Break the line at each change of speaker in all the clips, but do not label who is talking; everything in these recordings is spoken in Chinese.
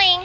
听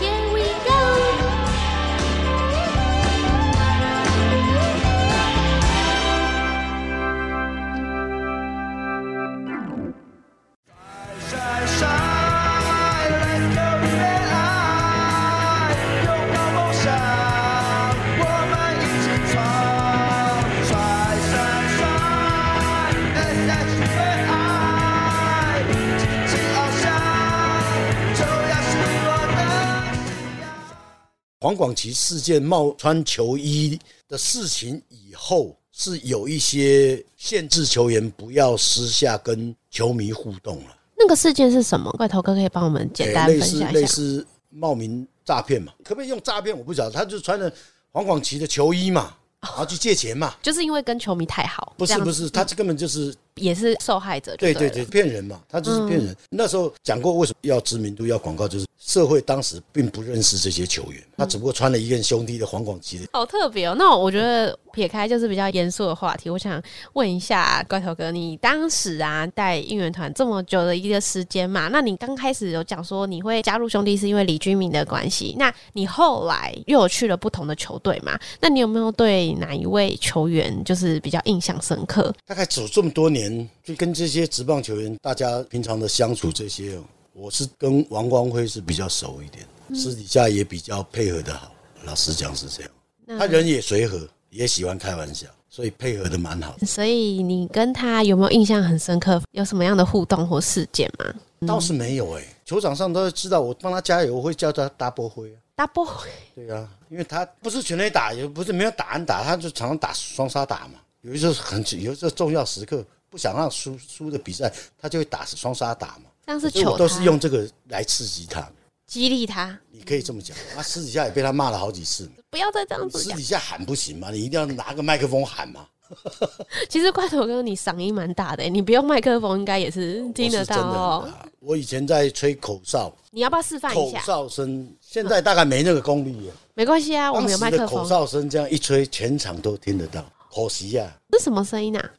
，Here we go！
黄广琪事件冒穿球衣的事情以后，是有一些限制球员不要私下跟球迷互动了，
那个事件是什么？怪头哥可以帮我们简单
诶
分
类似
享一
哎类
下。
似冒名诈骗嘛？可不可以用诈骗？我不晓得，他就穿着黄广琪的球衣嘛，然后去借钱 嘛？
就是因为跟球迷太好，
不
哦这
是
样
不是，他根本 就是
也是受害者就
对
对
对
嗯
对，
了，
骗人嘛，他就是骗人。那时候讲过，为什么要知名度、要广告，就是社会当时并不认识这些球员，他只不过穿了一件兄弟的黄广琪的。
好特别哦。那我觉得撇开就是比较严肃的话题，我想问一下怪头哥，你当时啊带应援团这么久的一个时间嘛，那你刚开始有讲说你会加入兄弟是因为李居明的关系，那你后来又有去了不同的球队嘛？那你有没有对哪一位球员就是比较印象深刻？
大概走这么多年，就跟这些职棒球员大家平常的相处这些哦，我是跟王光辉是比较熟一点，私底下也比较配合的好。老实讲是这样，
那
他人也随和，也喜欢开玩笑，所以配合的蛮好的。
所以你跟他有没有印象很深刻？有什么样的互动或事件吗？
倒是没有哎、球场上都知道我帮他加油，我会叫他大波辉啊。
double
对啊，因为他不是全垒打，也不是没有打安打，他就常常打双杀打嘛。有一次很有一次重要时刻，不想让输输的比赛，他就会打双杀打嘛。
像是
所以
球
我都是用这个来刺激他，
激励他，
你可以这么讲。他私底下也被他骂了好几次，
不要再这样子
私
讲
底。下喊不行嘛，你一定要拿个麦克风喊嘛。
其实怪头哥你嗓音蛮大的、欸你不用麦克风应该也是听得到
我是真、
哦
的很大。我以前在吹口哨，
你要不要示范一
口
下？
哨声现在大概没那个功力了。
没关系啊，我
当
们
时
有麦
的
克风
口。哨声这样一吹，全场都听得到。可惜呀、
这什么声音啊？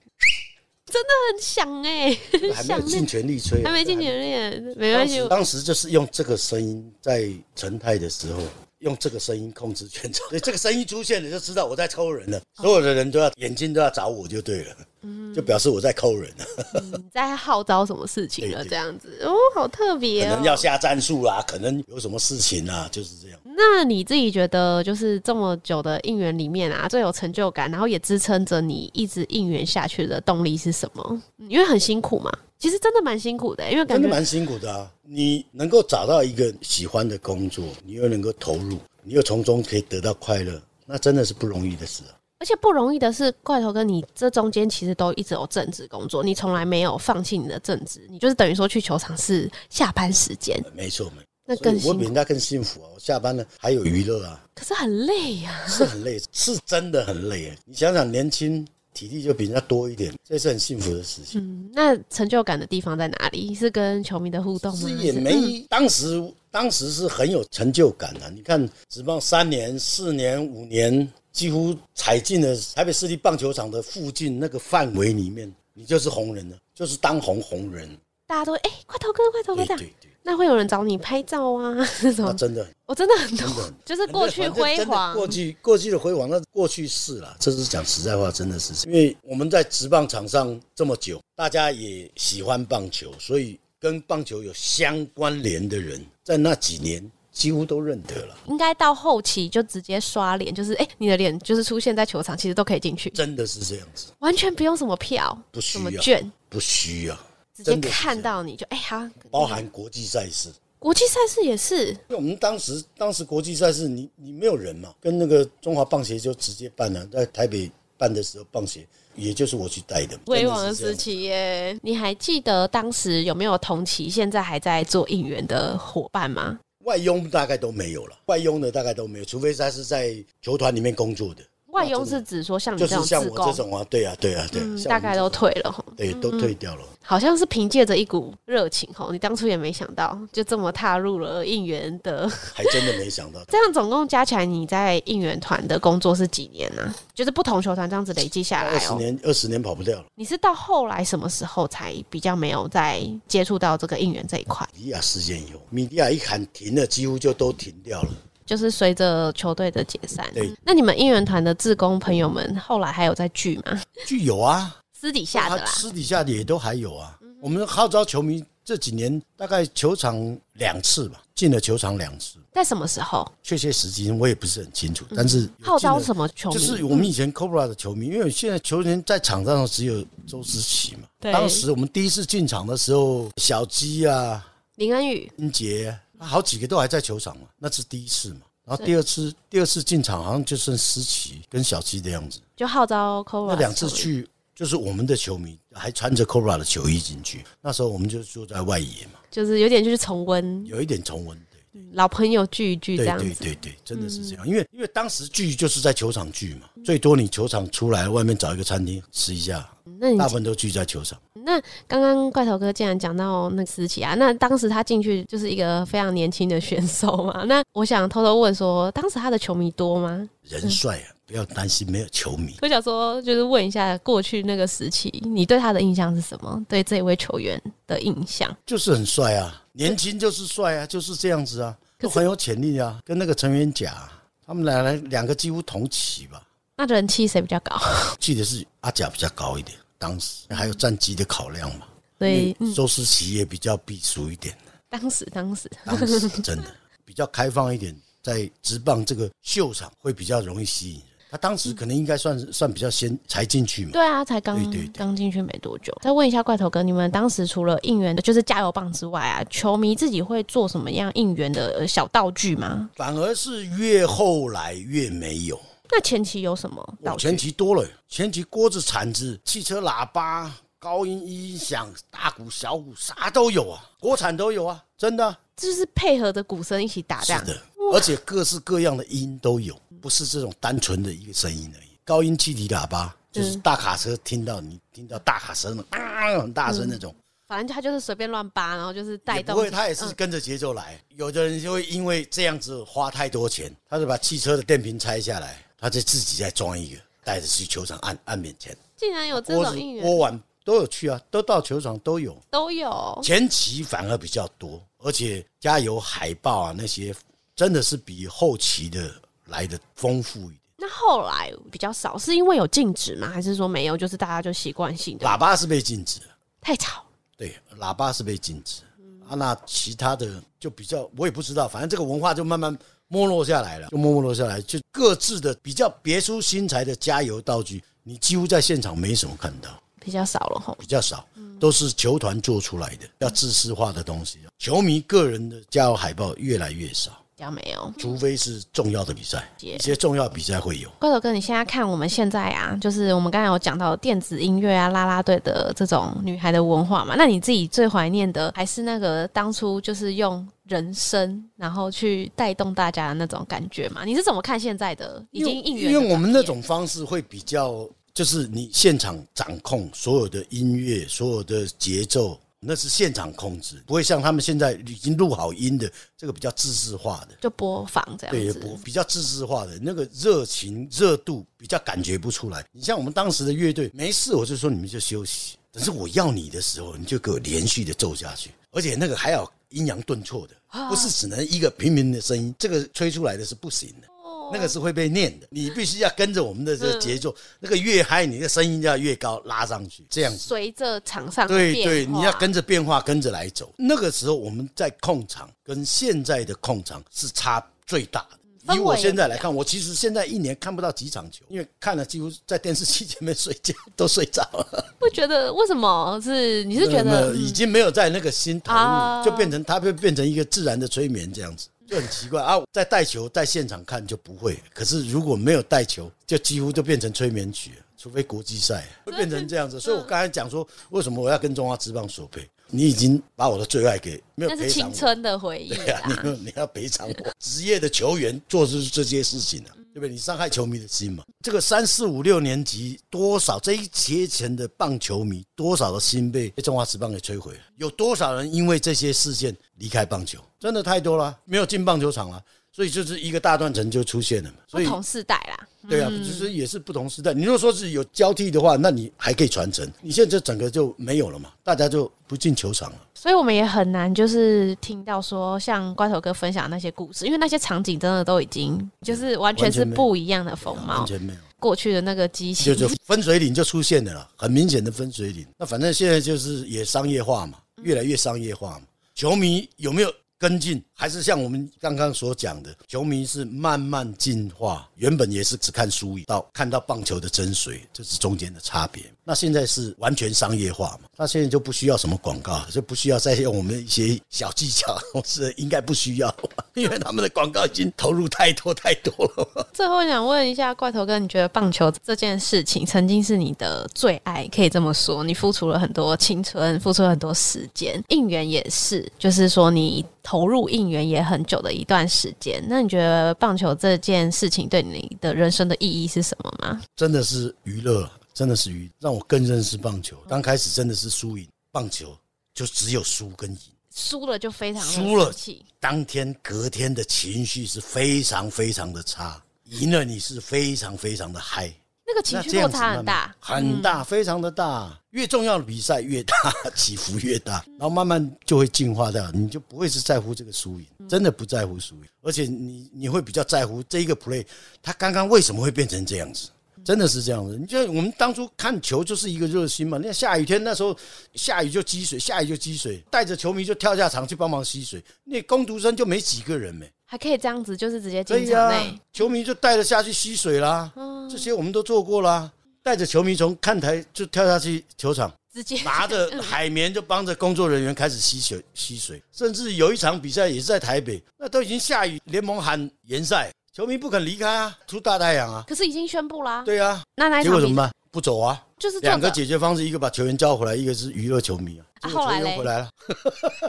真的很响哎、很
还没有
响
尽
亮，
全力吹，啊
还没进前练，没关系
当时。当时就是用这个声音，在成泰的时候，用这个声音控制全场。 对，这个声音出现了，就知道我在抠人了。
哦
所有的人都要眼睛都要找我，就对了，
嗯
就表示我在抠人了，啊
你在号召什么事情了？
对对
这样子哦，好特
可
别哦。
能要下战术啦，可能有什么事情啊，就是这样。
那你自己觉得，就是这么久的应援里面啊，最有成就感，然后也支撑着你一直应援下去的动力是什么？嗯因为很辛苦嘛，其实真的蛮辛苦的、因为感
真的
觉
蛮辛苦的啊！你能够找到一个喜欢的工作，你又能够投入，你又从中可以得到快乐，那真的是不容易的事啊。
而且不容易的是，怪头哥，你这中间其实都一直有正职工作，你从来没有放弃你的正职，你就是等于说去球场是下班时间，
没错，没错。
那
所
更
以我
辛
比
苦
人，家更幸福啊！我下班了还有娱乐啊，
可是很累啊呀、
是很累， 是真的很累。你想想，年轻体力就比人家多一点，这是很幸福的事情。
嗯，那成就感的地方在哪里？是跟球迷的互动吗
是？也
还是
没、
嗯
当时当时是很有成就感的、你看，职棒三年、四年、五年，几乎踩进了台北市立棒球场的附近那个范围里面，你就是红人了，就是当红红人。
大家都会哎、怪头哥，怪头
对
哥这
对
样。
对，
那会有人找你拍照啊， 这
那
种
真的
我哦真的很多
真的很，
就是过去辉
真的
煌，
过去过去的辉煌，那是过去式啦。这是讲实在话，真的是，因为我们在职棒场上这么久，大家也喜欢棒球，所以跟棒球有相关联的人，在那几年几乎都认得了。
应该到后期就直接刷脸，就是哎、诶你的脸就是出现在球场，其实都可以进去，
真的是这样子，
完全不用什么票，
不需
什
要
么券，
不需要，
直接
真的是
看
这样，
到你就哎、好，
包含国际赛事。
国际赛事也是，
因为我们当时当时国际赛事你，你没有人嘛，跟那个中华棒协就直接办了，在台北办的时候，棒协也就是我去带的，
辉煌的
真是这样
时期耶。你还记得当时有没有同期现在还在做应援的伙伴吗？
外佣大概都没有了，外佣的大概都没有，除非他是在球团里面工作的。
外佣是指说像你
就
这
是
种
像
嗯自
我这
工，
种啊，对啊，对啊，对啊，
嗯
像
大
我们
概
这
都嗯
种
退了吼。
对，都退掉了。
好像是凭借着一股热情吼，你当初也没想到就这么踏入了应援的。
还真的没
，
想到
这样总共加起来，你在应援团的工作是几年呢、啊就是不同球团这样子累积下
二
来
十
哦。
年二十年跑不掉了。
你是到后来什么时候才比较没有再接触到这个应援这一块？
米迪亚事件以后，米迪亚一喊停了，几乎就都停掉了。
就是随着球队的解散
对，
那你们应援团的志工朋友们后来还有在聚吗？
就有啊，
私底下的
他
啦，
私底下也都还有啊。我们号召球迷这几年大概球场两次吧，进了球场两次，
在什么时候
确切时间我也不是很清楚，但是有
号
进
召
了
什么球迷？
就是我们以前 Cobra 的球迷，因为现在球员在场上只有周思齐嘛。
对
当时我们第一次进场的时候，小鸡啊、
林恩宇
英杰啊、好几个都还在球场嘛，那是第一次嘛。然后第二次，第二次进场好像就剩思琪跟小鸡的样子。
就号召 c o
那两次去就是我们的球迷还穿着 Cobra 的球衣进去，那时候我们就住在外野嘛，
就是有点就是重温
有一点重温。对
老朋友聚一嗯聚这
对
样
对
子。嗯
对对，真的是这样，因为因为当时聚就是在球场聚嘛，最多你球场出来外面找一个餐厅吃一下，
那你
大部分都聚在球场。
那刚刚怪头哥竟然讲到那个思琪啊，那当时他进去就是一个非常年轻的选手嘛。 那我想偷偷问说，当时他的球迷多吗？
人帅啊，不要担心没有球迷。
我想说，就是问一下过去那个时期，你对他的印象是什么？对这位球员的印象？
就是很帅啊，年轻就是帅啊，就是这样子啊，
可
都
是
很有潜力啊。跟那个陈元甲啊，他们两人两个几乎同期吧，
那人气谁比较高？
记得是阿甲比较高一点，当时还有战绩的考量嘛。
所以、嗯、
周思齐也比较避俗一点，
当时当时
当 时真的比较开放一点，在职棒这个秀场会比较容易吸引人。他当时可能应该算是算比较先才进去嘛，
嗯对啊，才刚
对对对
刚进去没多久。再问一下怪头哥，你们当时除了应援的，就是加油棒之外啊，球迷自己会做什么样应援的呃小道具吗？
反而是越后来越没有。
那前期有什么道
我
具
哦前？期多了，前期锅子、铲子、汽车喇叭、高音音响、大鼓、小鼓，啥都有啊，国产都有啊，真的啊、
就是配合着鼓声一起打啊这
是
样。
的，而且各式各样的音都有，不是这种单纯的一个声音而已。高音气体喇叭就
嗯
是大卡车听到你听到大卡车那种啊很大声那种，
反正他就是随便乱扒，然后就是嗯带
也不
动。
会，他也是
嗯
跟着节奏来。有的人就会因为这样子花太多钱，他就把汽车的电瓶拆下来，他就自己再装一个，带着去球场按按免钱。
竟然有这
锅
种
子
应、援
锅碗都有去啊，都到球场都有。
都有。
前期反而比较多，而且加油海报啊那些，真的是比后期的来的丰富一点。
那后来比较少，是因为有禁止吗？还是说没有？就是大家就习惯性的
喇叭是被禁止的，
太吵。
对，喇叭是被禁止。啊，那其他的就比较，我也不知道，反正这个文化就慢慢没落下来了，就没落下来，就各自的比较别出心裁的加油道具，你几乎在现场没什么看到。
比较少了吼，
比较少，都是球团做出来的，要自私化的东西。球迷个人的加油海报越来越少，
比较没有。
除非是重要的比赛，
解
一些重要比赛会有。
怪头哥，你现在看我们现在啊，就是我们刚才有讲到电子音乐啊、啦啦队的这种女孩的文化嘛，那你自己最怀念的还是那个当初就是用人声然后去带动大家的那种感觉嘛？你是怎么看现在的已经
因
应
为
援的
因
转
为
变？
我们那种方式会比较，就是你现场掌控所有的音乐、所有的节奏，那是现场控制，不会像他们现在已经录好音的这个比较自私化的。
就播放这
对，
样
不
子，
比较自制化的那个热情热度比较感觉不出来。你像我们当时的乐队，没事我就说你们就休息，但是我要你的时候，你就给我连续的奏下去，而且那个还要阴阳顿挫的，
啊
不是只能一个平民的声音，这个吹出来的是不行的。
哦
那个是会被念的，你必须要跟着我们的这
嗯
个节奏，那个越嗨，你的声音要越高拉上去，这样子。
随着场上的
对
变
对，
化
你要跟着变化，跟着来走。那个时候我们在控场跟现在的控场是差最大的。以
嗯氛围
我
也啊
现在
不一
来
样
看，我其实现在一年看不到几场球，因为看了几乎在电视机前面睡觉都睡着了。
不觉得为什么是你是觉
那么
得嗯
已经没有在那个心投
啊
入，就变成它会变成一个自然的催眠这样子，就很奇怪啊。在带球在现场看就不会，可是如果没有带球，就几乎就变成催眠曲了。除非国际赛会变成这样子，所以
嗯
我刚才讲说，为什么我要跟中华职棒索赔？你已经把我的最爱给没有
那
赔
是
偿
青
我，
春的回忆
对啊，你
啊？嗯
要你要赔偿我。职业的球员做出这些事情啊，对不对？你伤害球迷的心嘛。这个三四五六年级多少这一阶层的棒球迷，多少的心被被中华职棒给摧毁了？有多少人因为这些事件离开棒球？真的太多了啊，没有进棒球场了，所以就是一个大断层就出现了嘛。
不
所以
同世代嗯啦，
对啊，就是也是不同时代。你如果说是有交替的话，那你还可以传承。你现在这整个就没有了嘛，大家就不进球场了。
所以我们也很难就是听到说像瓜头哥分享的那些故事，因为那些场景真的都已经就是完全是
完全没有
不一样的风貌
完，全没有，
过去的那个激情
就就分水岭就出现了啦，很明显的分水岭。那反正现在就是也商业化嘛，越来越商业化嘛。球迷有没有跟进？还是像我们刚刚所讲的，球迷是慢慢进化，原本也是只看输赢，到看到棒球的真髓，这是中间的差别。那现在是完全商业化嘛？那现在就不需要什么广告，就不需要再用我们一些小技巧，是应该不需要，因为他们的广告已经投入太多太多了。
最后想问一下怪头哥，你觉得棒球这件事情曾经是你的最爱，可以这么说，你付出了很多青春，付出了很多时间，应援也是，就是说你投入应援也很久的一段时间。那你觉得棒球这件事情对你的人生的意义是什么吗？
真的是娱乐，真的是娱，让我更认识棒球。刚开始真的是输赢，棒球就只有输跟赢。
输了就非常的
输了
生气
当天隔天的情绪是非常非常的差，赢了你是非常非常的嗨，
那个情
那
绪
这
落
样子
差很大，嗯
慢慢很大，非常的大。越重要的比赛越大，起伏越大，然后慢慢就会进化掉，你就不会是在乎这个输赢，
嗯
真的不在乎输赢，而且你你会比较在乎这一个 play，他刚刚为什么会变成这样子。
嗯
真的是这样子，你就我们当初看球就是一个热心嘛。你看下雨天那时候，下雨就积水，下雨就积水，带着球迷就跳下场去帮忙吸水。那工读生就没几个人没、
还可以这样子，就是直接
所
进
以
场
啊
内。，
球迷就带着下去吸水啦，
嗯
这些我们都做过啦。带着球迷从看台就跳下去球 场，
直接
拿着海绵就帮着工作人员开始吸水吸水，甚至有一场比赛也是在台北，那都已经下雨，联盟喊延赛，球迷不肯离开啊，出大太阳啊，
可是已经宣布啦、
对啊，
那那一
结
场
果怎么
比
办？不走啊，
就是坐
两个
着
解决方式，一个把球员叫回来，一个是娱乐球迷啊。
啊
结果球员
后来嘞
又回来了，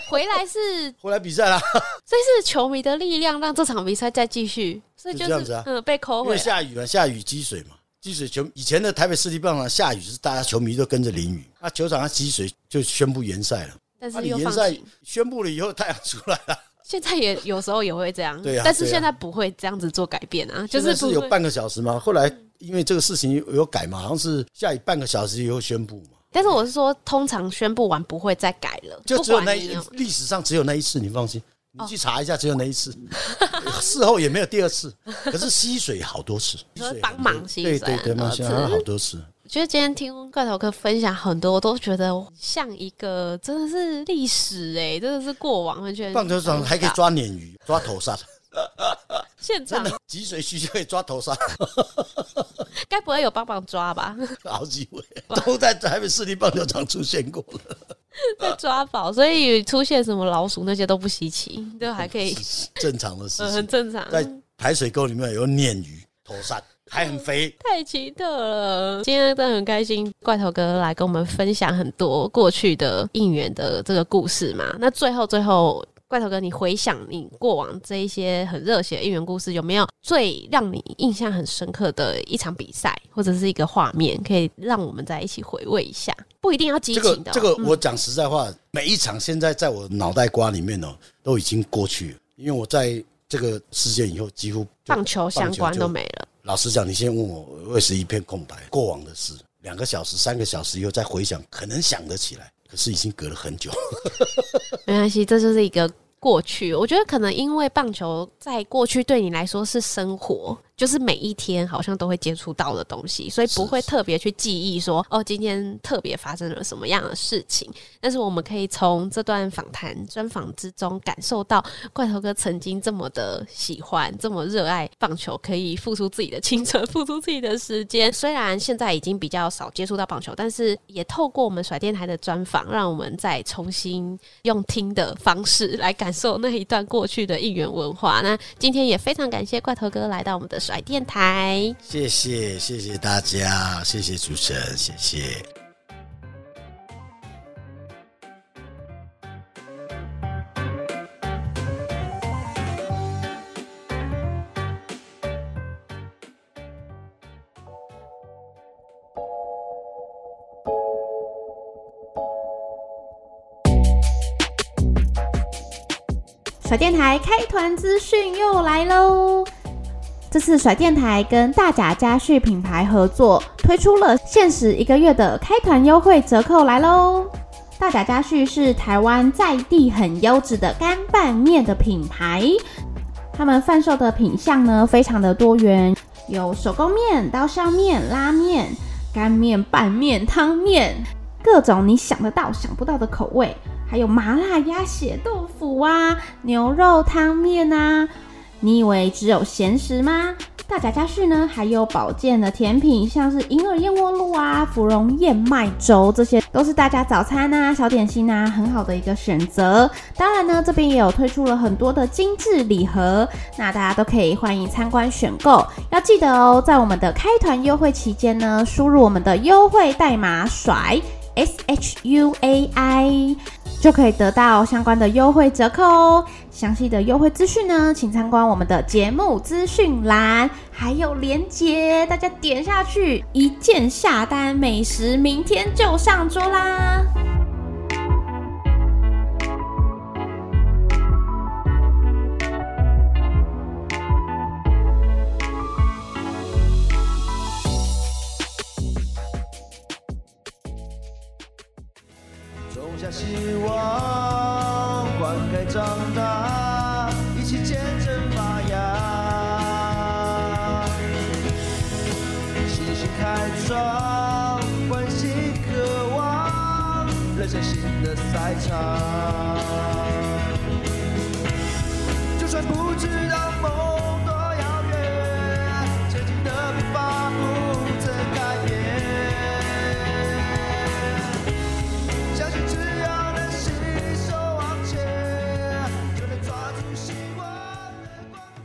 回来是
回来比赛啦，
所以是球迷的力量让这场比赛再继续，所以
是
就
这样子
是
啊
嗯被抠
因
回
为
来，
下雨嘛，下雨积水嘛，积水球以前的台北市立棒场下雨是大家球迷都跟着淋雨，那球场上积水就宣布延赛了，那
但是
啊你
又
延
放
赛
弃。
宣布了以后太阳出来了，
现在也有时候也会这样，
对啊
但是
对啊
现在不会这样子做改变啊， 就
现在
是不
是有
会。
半个小时嘛，后来因为这个事情有改嘛，好像是下雨半个小时以后宣布嘛，
但是我是说，通常宣布完不会再改了，
就
不
只有
管
那
你
一
有
历史上只有那一次，你放心。
哦
你去查一下，只有那一次， 事后也没有第二次。可是吸水好多次，
你说帮忙吸水啊哦
对对对，
很多
帮
次
忙好多次。
觉得今天听罐头哥分享很多，我都觉得像一个真的是历史哎、真的是过往，完全
棒球场还可以抓鲶鱼、抓头鲨，
现
真
场，
的集水区就可以抓头鲨，
该不会有帮忙抓吧？
好几位都在台北市立棒球场出现过 了。
在抓宝，所以出现什么老鼠那些都不稀奇，都还可以，
是正常的事
呃很
情。
正常。
在排水沟里面有鲶鱼、头鲨，还很肥。
太奇特了！今天真的很开心，怪头哥来跟我们分享很多过去的应援的这个故事嘛。那最后最后，怪头哥，你回想你过往这一些很热血的应援故事，有没有最让你印象很深刻的一场比赛，或者是一个画面，可以让我们在一起回味一下？不一定要激
这
情
个
的哦、
这个，
嗯
我讲实在话，每一场现在在我脑袋瓜里面哦，都已经过去了，因为我在这个事件以后几乎就
棒球相关
就
都没了。
老实讲，你先问我，我也是一片空白。过往的事，两个小时、三个小时以后再回想，可能想得起来，可是已经隔了很久。
没关系，这就是一个过去。我觉得可能因为棒球在过去对你来说是生活，就是每一天好像都会接触到的东西，所以不会特别去记忆说哦，今天特别发生了什么样的事情。但是我们可以从这段访谈专访之中感受到怪头哥曾经这么的喜欢，这么热爱棒球，可以付出自己的青春，付出自己的时间。 虽然现在已经比较少接触到棒球，但是也透过我们甩电台的专访，让我们再重新用听的方式来感受那一段过去的应援文化。那今天也非常感谢怪头哥来到我们的甩电台。
谢谢，谢谢大家，谢谢主持人，谢谢。
甩电台开团资讯又来喽！这次甩电台跟大甲家具品牌合作，推出了限时一个月的开团优惠折扣来喽！大甲家具是台湾在地很优质的干拌面的品牌，他们贩售的品相呢非常的多元，有手工面、刀削面、拉面、干面、拌面、汤面，各种你想得到、想不到的口味，还有麻辣鸭血豆腐啊、牛肉汤面啊。你以为只有咸食吗？大甲家具呢，还有保健的甜品，像是银耳燕窝露啊、芙蓉燕麦粥，这些都是大家早餐啊、小点心啊很好的一个选择。当然呢，这边也有推出了很多的精致礼盒，那大家都可以欢迎参观选购。要记得哦，在我们的开团优惠期间呢，输入我们的优惠代码甩 S H U A I。就可以得到相关的优惠折扣哦。详细的优惠资讯呢，请参观我们的节目资讯栏，还有链接，大家点下去，一键下单，美食明天就上桌啦！
种下希望，灌溉长大，一起见证发芽。信心开创，关心渴望，人生新的赛场。就算不知道梦多遥远，前进的步伐不曾改变。相信只要能携手往前，就能抓住希望的光点。